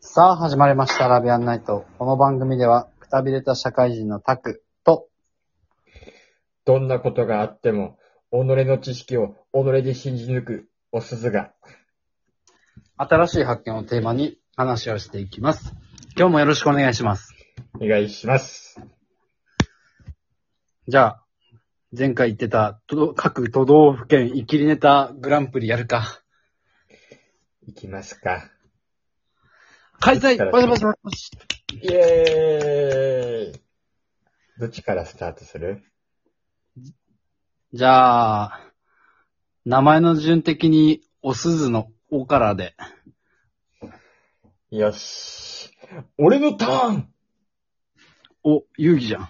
さあ、始まりました。ラビアンナイト。この番組では、くたびれた社会人のタクと、どんなことがあっても、己の知識を己で信じ抜く、お鈴が。新しい発見をテーマに話をしていきます。今日もよろしくお願いします。お願いします。じゃあ、前回言ってた、都道各都道府県イキリネタグランプリやるか。いきますか。開催バシバシバシバシイエーイどっちからスタートするじゃあ、名前の順的に、おすずのおからで。よし。俺のターンお、遊戯じゃん。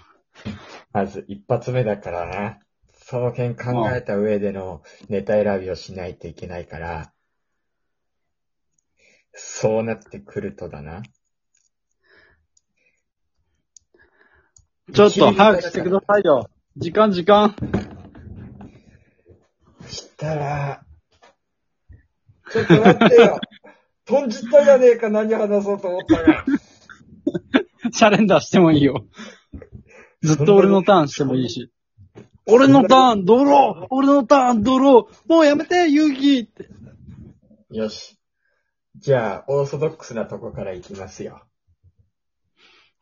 まず一発目だからな。その辺考えた上でのネタ選びをしないといけないから、そうなってくるとだな。ちょっと早くしてくださいよ。時間時間。したら、ちょっと待って よ。とんじったじゃねえか何話そうと思ったが。 チャレンダーしてもいいよ。ずっと俺のターンしてもいいし。俺のターン、ドロー俺のターン、ドローもうやめて、勇気って。よし。じゃあ、オーソドックスなとこから行きますよ。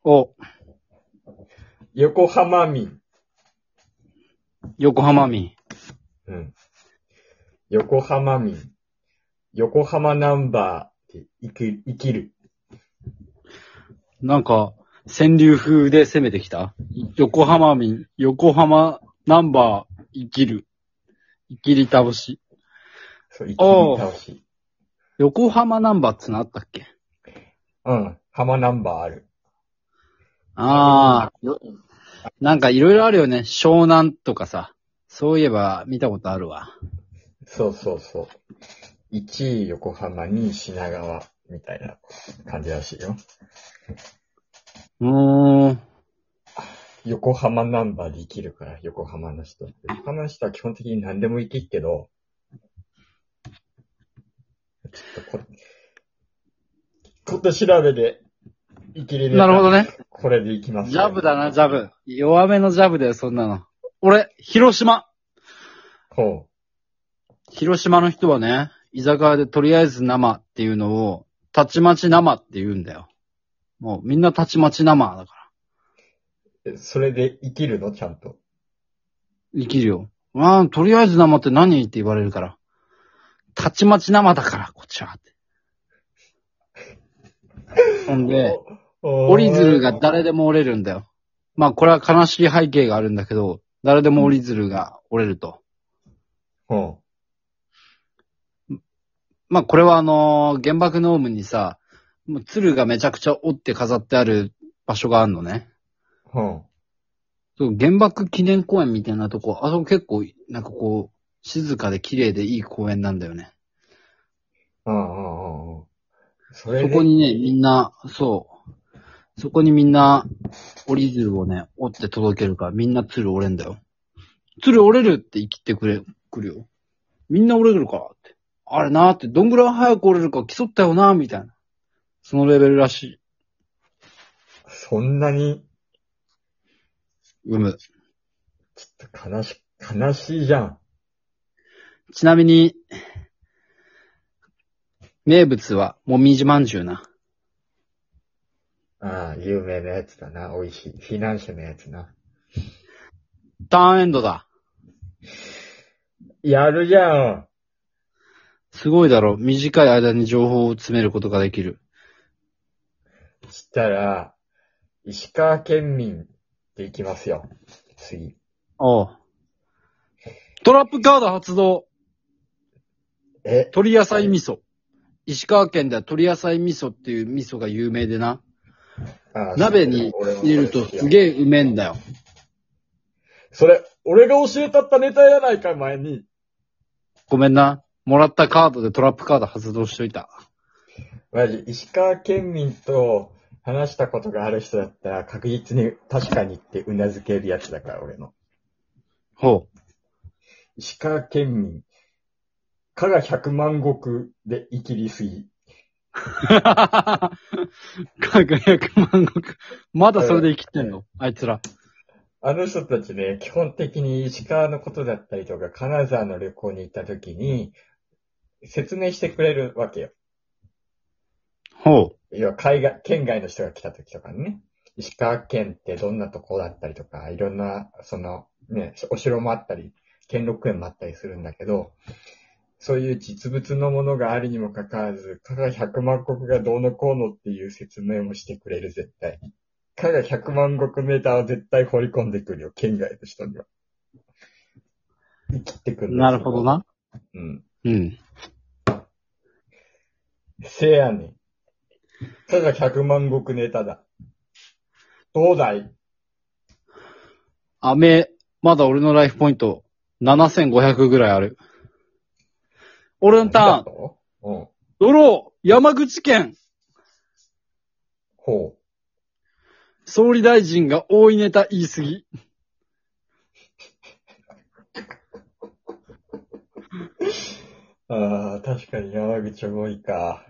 お、横浜民。横浜民。うん。横浜民。横浜ナンバーで生き生きる。なんか、川柳風で攻めてきた横浜民、横浜ナンバー、生きる。生きり倒し。そう、生きり倒し。横浜ナンバーってのあったっけうん。浜ナンバーある。ああ、よなんかいろいろあるよね。湘南とかさ。そういえば見たことあるわ。そうそうそう。1位横浜、2位品川、みたいな感じらしいよ。うーん。横浜ナンバーで生きるから、横浜の人って。横浜の人は基本的に何でも生きるけど、ちょっとこれ、こと調べで生きれる。なるほどね。これでいきます、ジャブだな、ジャブ。弱めのジャブだよ、そんなの。俺、広島。ほ広島の人はね、居酒屋でとりあえず生っていうのを、たちまち生って言うんだよ。もうみんなたちまち生だから。う。えそれで生きるのちゃんと。生きるよ。ああ、とりあえず生って何って言われるから。たちまち生だから、こっちはって。ほんで、お折り鶴が誰でも折れるんだよ。まあこれは悲しい背景があるんだけど、誰でも折り鶴が折れると。ほまあ、これはあのー原爆のームにさ、もう鶴がめちゃくちゃ折って飾ってある場所があるのね。う。ほそう、原爆記念公園みたいなとこ、あそこ結構、なんかこう、静かで綺麗でいい公園なんだよね。う。うんうんうんうん。それそでこにね、みんな、そう。そこにみんな、折り鶴をね、折って届けるから、みんな鶴折れんだよ。鶴折れるって生きてくれ、くるよ。みんな折れるからって。あれなーって、どんぐらい早く折れるか競ったよなーみたいな。そのレベルらしい。そんなに、うむ。ちょっと悲し、悲しいじゃん。ちなみに、名物は、もみじまんじゅうな。ああ、有名なやつだな。美味しい。フィナンシェのやつな。ターンエンドだ。やるじゃん。すごいだろ。短い間に情報を詰めることができる。したら、石川県民でいきますよ。次。おう。トラップカード発動。え、鶏野菜味噌。石川県では鶏野菜味噌っていう味噌が有名でな。あ鍋に入れるとすげえうめえんだよ。それ、俺が教えたったネタやないか、前に。ごめんな。もらったカードでトラップカード発動しといた。マジ、石川県民と話したことがある人だったら確実に確かにってうなずけるやつだから、俺の。ほ う。石川県民、加賀百万石で生きりすぎ。輝く万国。まだそれで生きてんのあいつら。あの人たちね、基本的に石川のことだったりとか、金沢の旅行に行った時に、説明してくれるわけよ。ほ要は海外、県外の人が来た時とかにね、石川県ってどんなとこだったりとか、いろんな、その、ね、お城もあったり、兼六園もあったりするんだけど、そういう実物のものがあるにもかかわらず、加賀百万石がどうのこうのっていう説明もしてくれる、絶対。加賀百万石メーターは絶対放り込んでくるよ、県外の人には。生きてくう。る。なるほど。な。うん。うん。せやねん。加賀百万石ネタだ。どうだいアメ、まだ俺のライフポイント、7500ぐらいある。俺のターン、ン。うん。ドロー、山口県、ほ総理大臣が多いネタ言い過ぎ。う。ああ、確かに山口多いか。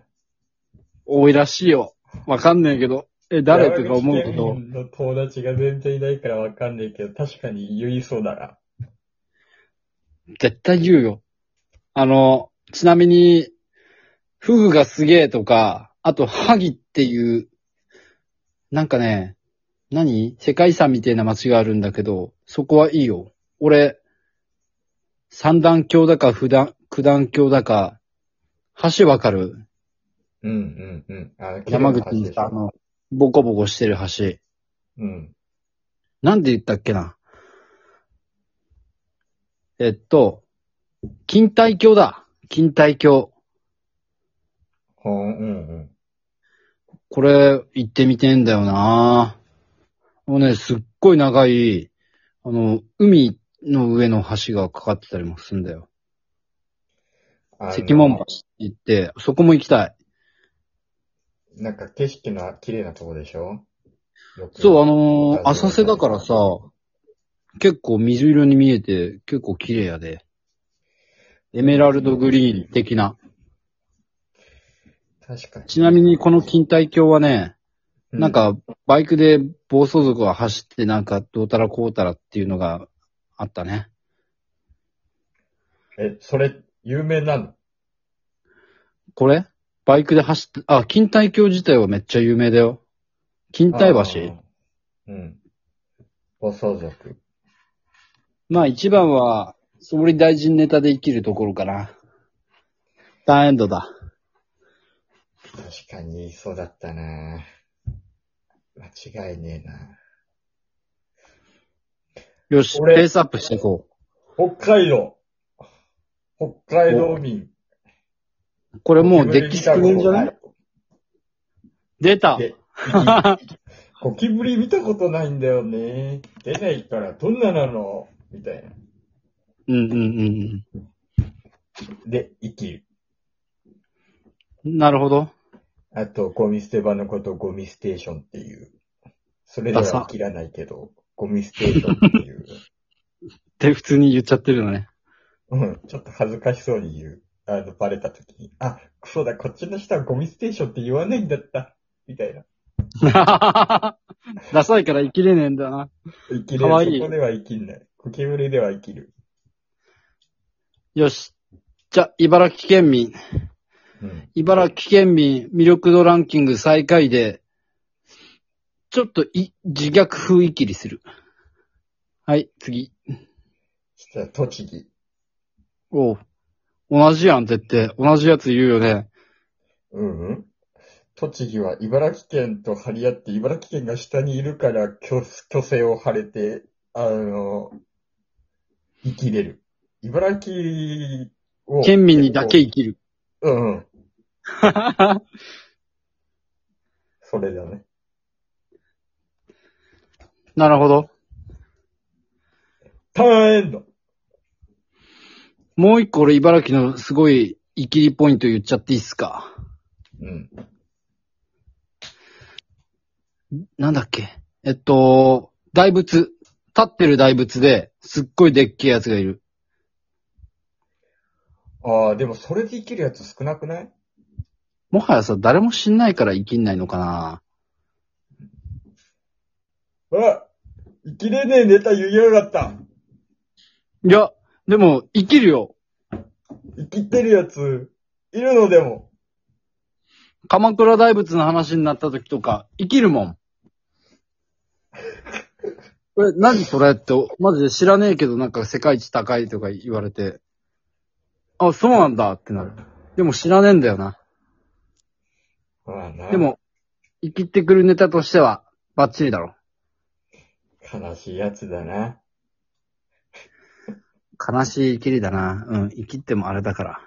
多いらしいよ。わかんねえけど。え、誰とか思う山け口ど県、民の友達が全然いないからわかんないけど、確かに言いそうだな。絶対言うよ。あの、ちなみに、フグがすげえとか、あと、ハギっていう、なんかね、何世界遺産みたいな街があるんだけど、そこはいいよ。俺、三段橋だか、普段、九段橋だか、橋わかるうんうんうん。あの山口にさ、あの、ボコボコしてる橋。うん。なんで言ったっけなえっと、錦帯橋だ。錦帯橋。ほん、うんこれ、行ってみてんだよなもうね、すっごい長い、あの、海の上の橋がかかってたりもするんだよ。うん。関門橋って言って、そこも行きたい。橋。なんか景色の綺麗なとこでしょそう、あの、のーあそう浅瀬だからさ、結構水色に見えて、結構綺麗やで。エメラルドグリーン的な。確かに。ちなみにこの錦帯橋はね、うなん、か、バイクで暴走族が走って、なんか、どうたらこうたらっていうのがあったね。え、それ、有名なのこれバイクで走って、あ、錦帯橋自体はめっちゃ有名だよ。錦帯橋橋うん。暴走族。まあ一番は、総理大臣ネタで生きるところかな。ターンエンドだ。確かに言いそうだったな間違いねえなよし、俺ペースアップしていこ北海道北海道民。う。これもうデッキ作るんじゃない出たで ゴキブリ見たことないんだよね。出ないからどんななのみたいな。うんうんうんで、生きる。うん。なるほど。あと、ゴミ捨て場のことをゴミステーションっていう。それでは生きらないけど、ゴミステーションっていう。って普通に言っちゃってるのね。 うん、ちょっと恥ずかしそうに言う。あの、バレた時に。あ、そうだ、こっちの人はゴミステーションって言わないんだった。みたいな。ダサいから生きれねえんだな。生きかわいる。いそこでは生きんない。ゴキブリでは生きる。よし。じゃ、茨城県民。うん。茨城県民魅力度ランキング最下位で、ちょっとい自虐風いきりする。はい、次。そしたら栃木。おう同じやん、絶対。同じやつ言うよね。うんうん。栃木は茨城県と張り合って、茨城県が下にいるから虚、虚勢を張れて、あの、生きれる。茨城を。県民にだけ。生きる。うんうん。それだね。なるほど。ターンエンドもう一個俺茨城のすごいイキりポイント言っちゃっていいっすか。うん。なんだっけ。えっと、大仏。立ってる大仏で、すっごいでっけえやつがいる。ああ、でもそれで生きるやつ少なくないもはやさ、誰も死んないから生きんないのかなわ生きれねえネタ言いやがったいや、でも、生きるよ。生きてるやつ、いるのでも。鎌倉大仏の話になった時とか、生きるもん。これ、何それって、マジで知らねえけど、なんか世界一高いとか言われて、あ、そうなんだってなる。でも知らねえんだよな。まあなで、も、生きてくるネタとしては、バッチリだろ。悲しいやつだな。悲しいきりだな。うん、生きってもあれだから。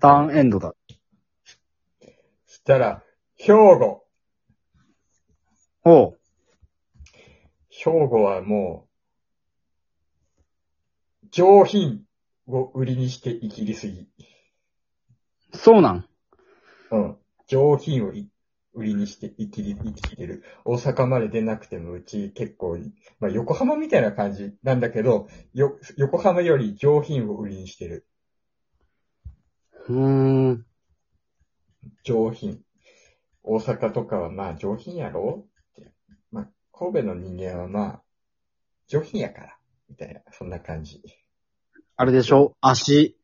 ターンエンドだ。そしたら、兵庫。おう。兵庫はもう、上品を売りにして生きりすぎ。そうなん。うん。上品をい売りにして生きり、生きてる。大阪まで出なくてもうち結構い、まあ横浜みたいな感じなんだけど、よ、横浜より上品を売りにしてる。うーん。上品。大阪とかはまあ上品やろって。まあ、神戸の人間はまあ、上品やから。みたいな、そんな感じ。あれでしょ足、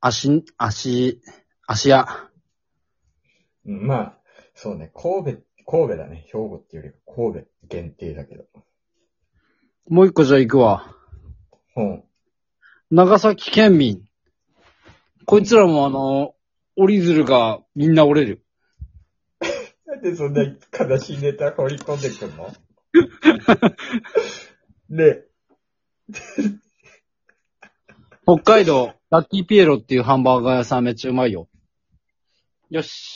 足、足、足屋。うんまあ、そうね、神戸、神戸だね。兵庫っていうよりは神戸限定だけど。もう一個じゃあ行くわ。うん。長崎県民。こいつらもあの、折り鶴がみんな折れる。なんでそんな悲しいネタ放り込んでくんのねえ北海道、ラッキーピエロっていうハンバーガー屋さんめっちゃうまいよ。よし。